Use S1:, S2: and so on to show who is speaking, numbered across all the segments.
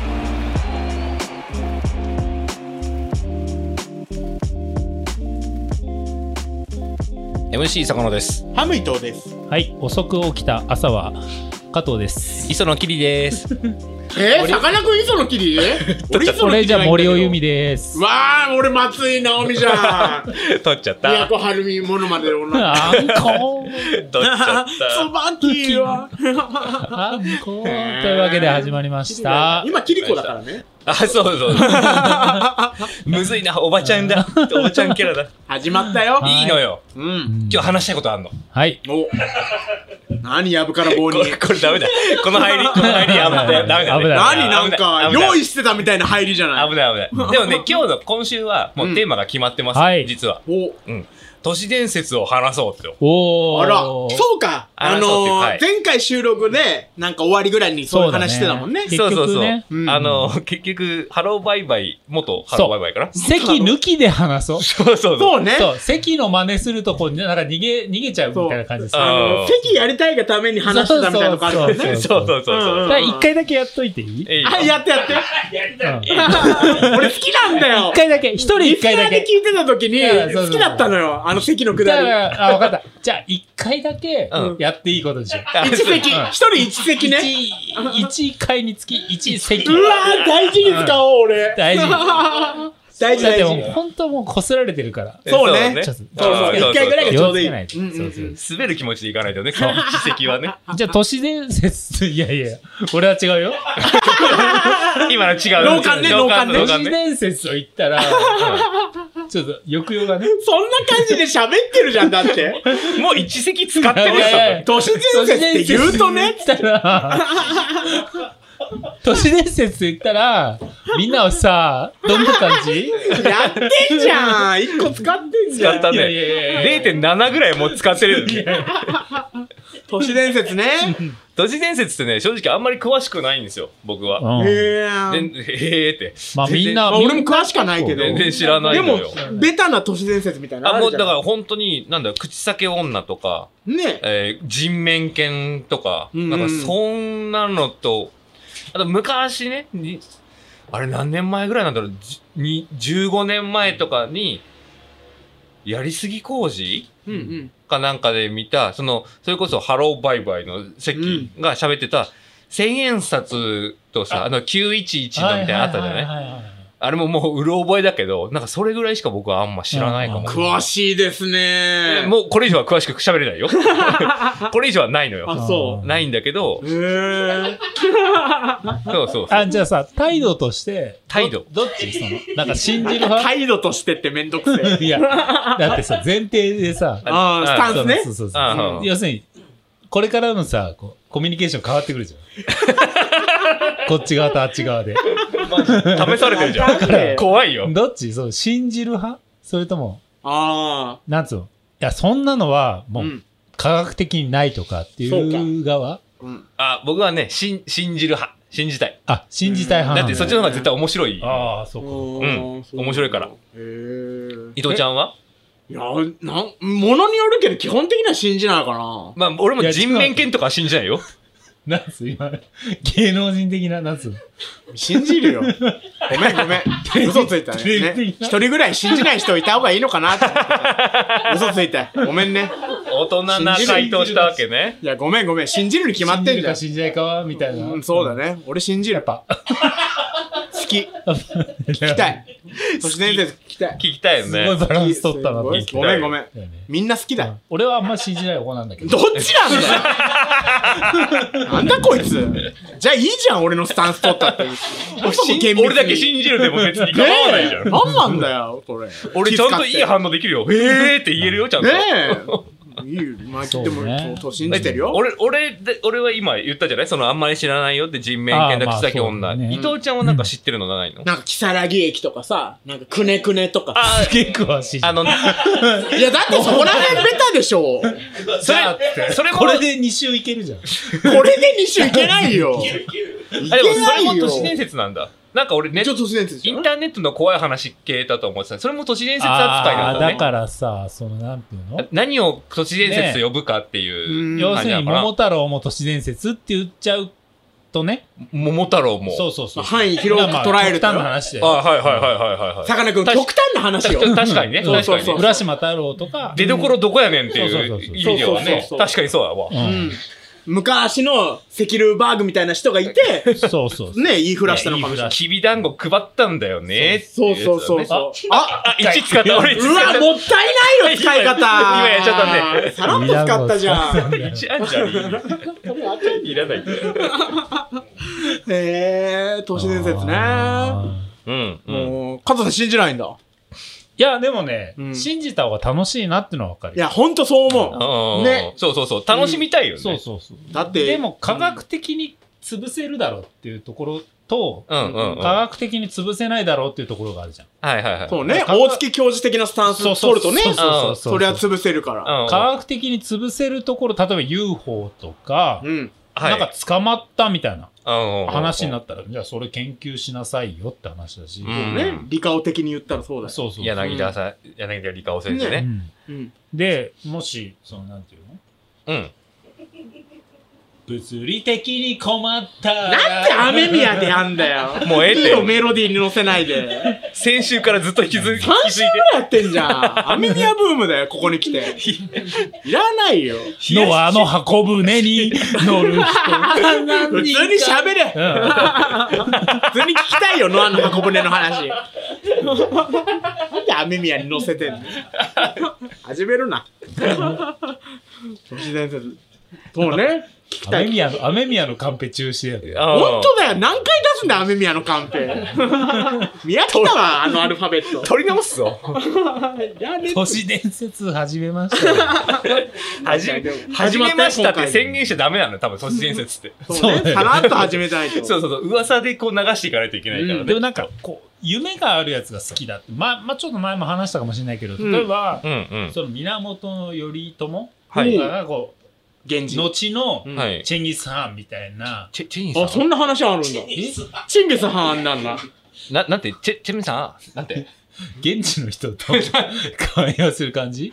S1: Hey.
S2: ー MC 坂野です
S3: ハムイトです。
S4: はい、遅く起きた朝は加藤です。
S2: 磯野きりです
S3: えー、さかなクン磯野キリ 俺磯野
S4: 俺
S3: キリ
S4: じゃあ森尾由美
S3: で。
S4: です。
S3: わあ、俺松井直美じゃ ん。
S2: 取っちゃった
S3: 宮古晴美ものまで 女。
S4: あんこー
S2: 取っちゃっ
S3: そばきーは。
S4: あんこーというわけで始まりました。
S3: 今キリコだからね。
S2: たあそうそう むずいなおばちゃんだ おばちゃんキャラだ
S3: 始まったよ。
S4: はい
S2: いいのよ
S3: うん。
S2: 今日話したいことあんの
S4: はい。
S3: お。何やぶから棒
S2: こ
S3: に
S2: れ。これダメだこの入りこの 入りやばいダメだね
S4: 危ない
S3: 何なんか
S2: 危ない
S3: 用意してたみたいな入りじゃない。
S2: 危ない危ないでも ね今日の今週はもうテーマが決まってます、
S4: うんはい
S2: 実は
S3: お。
S2: うん都市伝説を話そうってよ
S4: おー。
S3: あら、そうか。
S2: あ
S3: あ
S2: ら
S3: の
S2: そうっていうはい
S3: ー、前回収録で、なんか終わりぐらいにそういう話してたもんね。
S4: 結
S2: そう
S4: 局ね
S2: そうそう。
S3: うん
S2: あの、結局、ハローバイバイ、元ハローバイバイかな
S4: 席抜きで話そ う。
S2: そうそうそう
S3: そうね。
S4: そう、席の真似するとこに、なんか逃げ、逃げちゃうみたいな感じです。
S2: そう
S4: だ
S2: あ
S4: か
S2: の
S3: 席やりたいがために話してたみたいなとこあるもん
S4: そうそう
S3: ね。
S2: そうそうそう
S3: うんう
S2: そ
S3: ん
S2: う。
S4: ら一回だけやっといていい
S2: えい
S3: あ、やってやって。
S4: うん
S3: 俺好きなんだよ
S4: 一。回だけ、一人
S3: リ
S4: 一
S3: スナ
S4: 回だ
S3: ー
S4: け
S3: で。聞いてた時に
S4: いやそうそう
S3: 好きだったのよ。あの席のく
S4: だ
S3: だ
S4: か
S3: り。
S4: ら、あ、わかった。じゃあ、一回だけ
S2: うん
S4: やっていいことでしょ。
S2: あ
S3: 一席。
S4: うん
S3: 一人一席ね。
S4: 一、一回につき一席
S3: う。わー、大事に使おう、俺。
S4: 大事
S3: 大事
S4: だっ
S3: 大
S4: て
S3: 事。
S4: もう本当もうこすられてるから。
S3: そうね
S4: ちょっと
S3: そうそう一回ぐらいがちょうどいい。
S4: 気をつけないと
S3: うんうんうん
S4: そう
S2: 滑る気持ちでいかないとね、その史跡はね。
S4: じゃあ都市伝説、いやいや、俺は違うよ。
S2: 今の違う。
S3: 老眼ね
S2: 老
S3: 老
S4: 都
S2: 老
S4: 市
S2: 眼ね。
S4: 伝説を言ったら、 ちょっと抑揚がね。
S3: そんな感じで喋ってるじゃん、だ って。
S2: もう一石使ってる
S4: いやいやい
S2: で
S4: や
S3: 都市伝説って言うとね
S4: 都市伝説。言った ら、都市伝説言ったら、みんなはさ、どんな感じ
S3: やってんじゃん。一個使ってんじ
S2: 使っ
S3: ゃん。
S2: た
S4: いやいやいやいや
S2: ね。0.7ぐらいもう使ってる。
S3: 都市伝説ね。
S2: 都市伝説ってね、正直あんまり詳しくないんですよ、僕は。
S4: うん
S3: え
S2: で
S3: ー。
S2: へえって。
S4: まあ
S2: 全然
S4: みんな
S3: まあ俺も詳しくはないけど。
S2: 全然知らない
S3: で
S2: の
S3: も
S2: よ。、
S3: ベタな都市伝説みたいなの
S2: あ、
S3: あ
S2: も
S3: る
S2: う
S3: じ
S2: だ
S3: ゃん。
S2: から本当に、なんだ、口裂け女とか、
S3: ね
S2: えー人面犬とか、
S3: うんうん
S2: なんかそんなのと、あと昔ね、にあれ何年前ぐらいなんだろう、じに15年前とかに、やりすぎ工事
S3: うんうん。
S2: かなんかで見た、その、それこそハローバイバイの席が喋ってた、千円札とさ、あの911のみたいなのあったじゃない
S4: はいはいはいはい
S2: あれももううろ覚えだけど、なんかそれぐらいしか僕はあんま知らないかも。
S3: 詳しいですね。
S2: もうこれ以上は詳しく喋れないよ。これ以上はないのよ。
S3: あ、そ
S2: ないんだけど
S3: う。、へえ。
S2: そうそうそう。
S4: あ、じゃあさ、態度として、
S2: 態度
S4: どどっちその、なんか信じる派
S3: 態度としてってめんどくせえ。
S4: いや、だってさ、前提でさ、
S3: あースタン
S4: そ
S3: ス
S4: う
S3: ね
S4: そう。そうそう
S2: ああ
S4: 要するに、これからのさ、こうコミュニケーション変わってくるじゃん。こっち側とあっち側で。
S2: 試されてるじゃ
S3: なんで
S2: ん。怖いよ。
S4: どっちそう、信じる派それとも、
S3: あ
S4: なんつうのいや、そんなのは、
S3: あ。
S4: も
S3: う
S4: う、
S3: ん。
S4: 科学的にないとかっていう側
S3: うん。
S2: あ、僕はね、しん信じる派。信じたい。
S4: あ、信じたい
S2: だ
S4: 派
S2: っ
S4: なん
S2: てそっちの方が絶対面白い。
S4: ああ、そうか。
S2: うん
S3: そう
S2: 面白いから
S3: へえ。
S2: 伊藤ちゃんはい
S3: や、なん、ものによるけど、基本的には信じないかな。
S2: まあ、俺も
S4: いや
S2: 人面犬とかは信じないよ。
S4: なんつう今、芸能人的な、なんつうの
S3: 信 じるよ。ごめんごめん。嘘ついたね。
S4: テレビ
S3: ね
S4: 的
S3: 一
S4: な
S3: 人ぐらい信じない人いた方がいいのかなって思って嘘ついた。ごめんね。
S2: 大人な回答したわけね。
S3: いや、ごめんごめん。信じるに決まってん
S4: 信じる
S3: だ
S4: か
S3: よ。
S4: 信じないかはみたいな。
S3: うん、 そうだね。俺信じ
S4: や
S3: る
S4: っ。ぱ。
S3: 好き。
S4: 聞
S3: 聞
S4: き
S3: きた。い。都市伝説聞きた
S2: 聞
S3: い。
S2: きたいよ
S4: すごい
S2: ね。
S4: バランス取ったなと
S3: ご
S4: 思
S3: め
S4: っ
S3: ん
S4: て。
S3: ごめんごめん
S4: だよね。
S3: みんな好きだ。
S4: 俺はあんま信じない方なんだけ
S3: ど
S4: ど。
S3: っちなんだよなんだこいつじゃあいいじゃん、俺のスタンス取ったって。
S2: 信じ俺だけ信じるでも別に構わないじゃん。
S3: 何なんだよ、これ。
S2: 俺ちゃんといい反応できるよ。へーって言えるよ、ちゃんと。
S3: ねえ。いいよ、まあ、
S4: そう
S3: で
S4: ね
S3: も、そう信じてるよ。
S2: 俺、俺で、俺は今言ったじゃないそのあんまり知らないよって人面犬だ
S4: あーまあ
S2: 草木
S4: そう
S2: 女、
S4: だね
S2: 伊藤ちゃんはなんか知ってるのないの、
S3: なんか、如月駅とかさ、なんか、くねくねとかさ。
S2: あ
S4: すげえ詳しい。
S2: あの、
S3: いや、だってそこら辺ベタでしょ。
S2: それ、それも、
S4: これで2週いけるじゃん。
S3: これで2週いけないよ。い
S2: あ、でも
S3: け
S2: そ
S3: な
S2: れも
S3: いよ。
S2: 都市伝説なんだ。なんか俺ネッ
S3: ちょっ
S2: ト、
S3: と都市伝説
S2: イ
S3: じゃ
S2: ン
S3: ん。
S2: ターネットの怖い話系だと思ってた。それも都市伝説扱いだ
S4: あ
S2: っ
S4: ー
S2: たね。
S4: だからさ、その、なんていうの
S2: 何を都市伝説と呼ぶかっていう、
S3: ね
S4: 要
S2: 感
S4: す
S2: じ
S4: る
S2: な
S4: に、
S2: のかな
S4: 桃太郎も都市伝説って言っちゃうとね。
S2: 桃太郎も。
S4: そうそうそう。
S3: 範囲広く捉えると
S4: まあまあ極端な話で。
S2: あ、はいはいはいはいはいはい。
S3: さかなクン、
S2: 確
S3: 極端な話よ。
S2: 確確かにね。
S4: そう
S2: 確
S4: そ
S2: か
S4: う
S2: に
S4: そう。
S2: ね。
S4: 浦島太郎とか。
S2: 出所どこやねんって
S4: そう
S2: い
S4: そう
S2: う
S4: そうそう
S2: 意味では
S3: そうそう
S2: ね
S3: そうそ。う
S2: 確かにそうやわ。
S4: う
S3: うんん 昔のセキルバーグみたいな人がい て、
S4: そうそうそう。
S3: ね、言いふらしたのかもしれない。
S2: きび団子配ったんだよね。
S3: そうそうそう
S2: う。
S3: そう。あ
S2: あ、1使った。俺1
S3: う
S2: 使っ
S3: わ、
S2: た。
S3: もったいないよ、使い方。
S2: 今やっちゃったね
S3: さらっと使ったじゃん。
S2: 1あんじゃん。いらないんだよ。
S3: へえ、都市伝説ね。
S4: あー
S2: うん。うん
S3: もう、加藤さん信じないんだ。
S4: いや、でもね
S3: う、ん
S4: 信じた方が楽しいなってのはわかる
S3: い。や、ほんとそう
S2: あー
S3: 思ね
S2: そうそうそう。楽しみたいよね。
S4: そうそうそう。
S3: う。だって、
S4: でも科学的に潰せるだろうっていうところと、
S2: うんうんうん
S4: 科学的に潰せないだろうっていうところがあるじゃん。
S2: はいはいはい。
S3: そうね、
S4: 科学
S3: 大月教授的なスタンス取るとね、
S4: そうそうそう
S3: そりゃ潰せるから。
S2: うん
S4: 科学的に潰せるところ、例えば UFO とか、
S3: うん。
S2: はい
S4: なんか捕まったみたいな話にな
S2: っ
S4: ったら、じゃあそれ研究しなさいよって話だし。
S2: うん
S3: ね、理科を的に言ったらそうだよ。
S4: そうそうそう。
S2: 柳田さん、柳田理香先生
S4: う
S2: ね。
S4: ん
S3: うん。
S4: で、もし、その、なんていうの
S2: うん。
S4: 物理的に困ったら。
S3: なんで雨宮でやんだよ。
S2: もうええって
S3: いいよ、メロディーに乗せないで。
S2: 先週からずっと引きずり、引
S3: 3
S2: き
S3: 週
S2: 継い
S3: ぐらいやってんじゃん。雨宮ブームだよ、ここに来て。いらないよ。
S4: のあの箱舟に乗る人。
S3: 普通に喋れ。
S4: うん
S3: 普通に聞きたいよ、ノアの箱舟の話。なんで雨宮に乗せてんの始めるな。都市伝説。そうね。聞きた
S4: 雨
S3: い。
S4: 宮の、雨宮のカンペ中止やで。
S2: で。あー
S3: 本当だよ、何回出すんだよ、雨宮のカンペ。宮北は、あのアルファベット。
S2: 取り直すぞ。
S3: やめて
S4: 都市伝説始めましたよ。
S2: はじ
S3: 確かにでも
S2: 始めましたって
S3: 始まったよ今回
S2: 宣言しちゃダメなのよ、多分、都市伝説って。
S3: そう
S4: そうだ
S3: ね。
S4: よ
S3: さらっと始めないと。
S2: そうそうそう、噂でこう流していかないといけないから
S4: で
S2: ね。
S4: もなんか、こう、夢があるやつが好きだって。まあ、まあ、ちょっと前も話したかもしれないけど、
S3: うん
S4: 例えば、
S2: うんうん。
S4: その源頼朝
S2: はい
S4: が、こ
S3: 源
S4: う、
S3: 氏。
S4: 後の
S3: うん
S2: はい。
S4: チェンギス・ハーンみたいな、
S2: チェ、チェイン
S3: あ、そんな話あるんだ。チンゲスハンなんだ。
S2: な、なんて、チェ、チェミさん なんて。
S4: 現地の人と 会話する感じ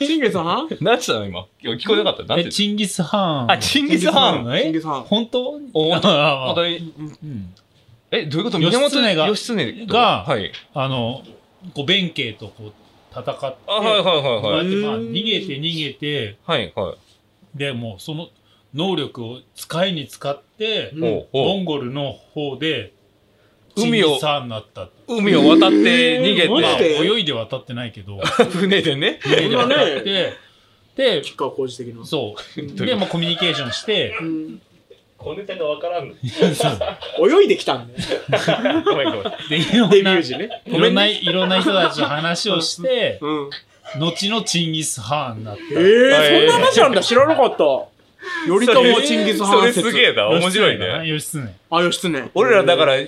S3: チンゲスハン
S2: なんて言ったの今。今日聞こえなかった。なん
S4: え、
S2: て。
S4: チンギス・ハーン。
S2: あ、チンギスハーン。
S4: ンえ
S3: チンゲスハン。
S4: 本当
S2: お
S4: ああ
S2: 本
S4: あ
S2: 当に。
S4: うん
S2: え、どういうこと
S4: 義経が
S2: 義経と
S4: が
S2: はい。
S4: あの、こう、弁慶とこう、戦って、
S2: あ、はいはい
S4: こう
S2: は
S4: や
S2: いは
S4: っ
S2: い。
S4: てまあ、逃げて逃げて、
S2: はいはい。
S4: でもうその能力を使いに使って、
S3: うん
S2: おう
S4: モ
S2: おう
S4: ンゴルの方で
S2: 海を
S4: さになったって。
S2: 海を渡って逃
S3: えーマ
S4: まあ
S3: ジ
S2: げて、
S3: で
S4: 泳いで渡ってない けど
S2: 船でね。
S4: 船で渡っ
S3: そんな
S4: てで
S3: 吉川浩司的な。
S4: そう
S2: どういうこと
S4: でもうコミュニケーションして
S3: うん
S2: 小ネタがわからんの。
S4: そう
S3: 泳いできたんだよ。
S2: ごめんごめん。
S4: でいろ
S3: デ
S4: ん
S3: ビ
S4: な
S3: ュー
S4: い
S3: 時 ね。
S4: ろんないろんな人たちと話をして
S3: うん。
S4: 後のチンギス・ハーンになった
S3: ええ
S2: えー
S3: そんな話なんだ。知らなかった。頼朝チンギスハン
S2: それ
S3: 説
S2: す。げえな。面白いね。
S4: 義経だな義
S3: あ、義経。。
S2: 俺らだからら、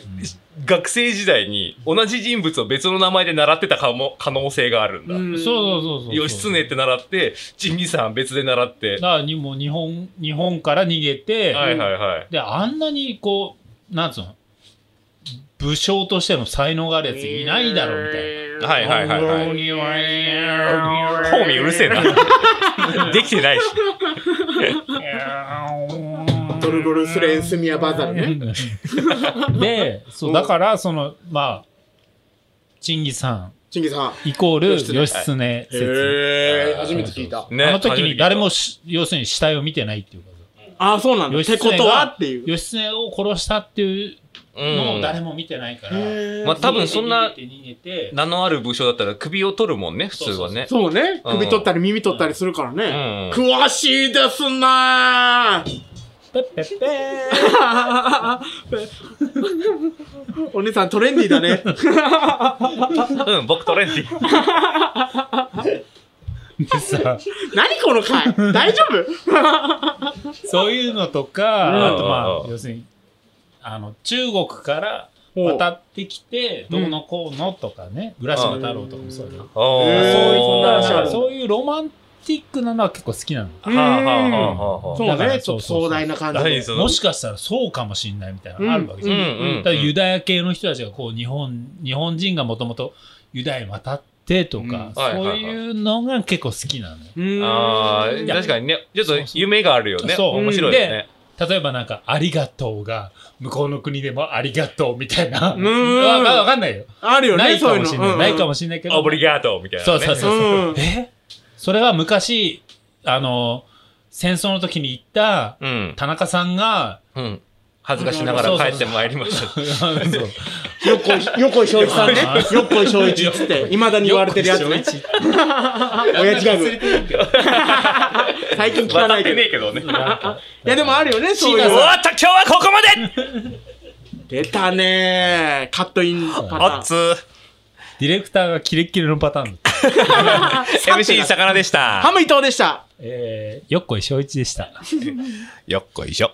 S2: 学生時代に同じ人物を別の名前で習ってたかも可能性があるんだ。
S3: うん
S4: 経そうそうそうそう
S2: 義経って習って、チンギスハン別で習って
S4: だ。からにもう日本日本から逃げて、
S2: はいはいはい。
S4: であんなにこうなんつうの武将としての才能があるやついないだろうみたいな。
S3: み
S2: はいはいはいはい。ホーミーうるせえな。できてないし。
S3: ドルドルスレンスミアバザルね。
S4: でそうだからそのまあチンギスハ
S3: チンギスハン。
S4: ンイコール
S3: 義経
S4: 義経説
S3: へえ、
S2: はい
S3: 初めて聞いた。
S2: ね
S4: あの時に誰も
S2: 初
S4: し要するに死体を見てないっていうか
S3: あ、そうなんだ。っ
S4: 義
S3: てこ
S4: 経
S3: とはっ
S4: が
S3: ていう。
S4: 義経を殺したっていう
S2: めて聞いた
S4: の
S2: う
S4: を
S2: ん
S4: 誰も見てないから、
S3: へー
S2: まあ多分そんな
S4: 逃げて逃げて
S2: 名のある武将だったら首を取るもんね、普通はね。
S3: そうね。
S2: うん
S3: 首取ったり耳取ったりするから
S2: う
S3: ね。
S2: ん。
S3: 詳しいですなー
S4: ペッペッペー
S3: お姉さんトレンディーだね。
S2: うん、僕トレンディ。
S4: でさ、
S3: 何この回大丈夫
S4: そういうのと
S3: うん
S4: か、あとま
S2: う
S4: あ、
S2: ん
S4: 要するに、あの、中国から
S3: おう
S4: 渡ってきて、どうのこうのとかね、浦島太郎とかもそうだけど
S2: あー
S3: へー
S4: そうい
S3: ん
S4: う
S3: な話あ
S4: な
S3: る
S4: んかそういうロマンティックなのは結構好きなの。
S2: はあはあはあはあ
S3: そう
S4: だから
S3: ね、ちょっと壮大な感じ
S2: 何
S3: で。
S2: その
S4: もしかしたらそうかもしれないみたいなのがあるわけじゃん。
S3: うん
S4: だからユダヤ系の人たちがこう日本日本人がもともとユダヤに渡ってとか、
S2: うんはいはい
S4: そう
S2: はい
S4: いうのが結構好きなのよ。
S3: うーん
S2: あ
S4: い
S2: ー
S4: や
S2: 確かにね、ちょっと夢があるよね。
S4: そう
S2: 面白いよね。
S4: 例えばなんか「ありがとう」が向こうの国でも「ありがとう」みたいなわ
S3: うーん
S4: わわかんないよ
S3: あるよね、
S4: ないかもし
S3: そう
S4: れ
S3: いうの
S4: な
S3: うん
S4: いないかもしれないけど
S2: オブリガートみたいなね。
S4: そうそうそう
S3: うん
S4: えそれは昔あの戦争の時に行った
S2: うん。
S4: 田中さ んが
S2: うん。恥ずかしながら帰ってまいりました。
S4: そう
S3: 横井横井翔一さんね。横井翔一っつって、いまだに言われてる やつね。 親父ギャグ。最近聞かな
S2: 渡っ
S3: い
S2: て
S3: けど。
S2: ね
S3: い
S2: えけど ね。
S3: や、でもあるよね、そうい
S2: 終
S3: う。
S2: わった今日はここまで
S3: 出たねーカットインパタ
S2: おっ
S3: ーン。
S2: つ ー
S4: ディレクターがキレッキレのパターンだった、
S2: MC 魚でした
S3: ハ。ム伊藤でした。
S4: えー、よっこいしょういちでした
S2: よっこいしょ。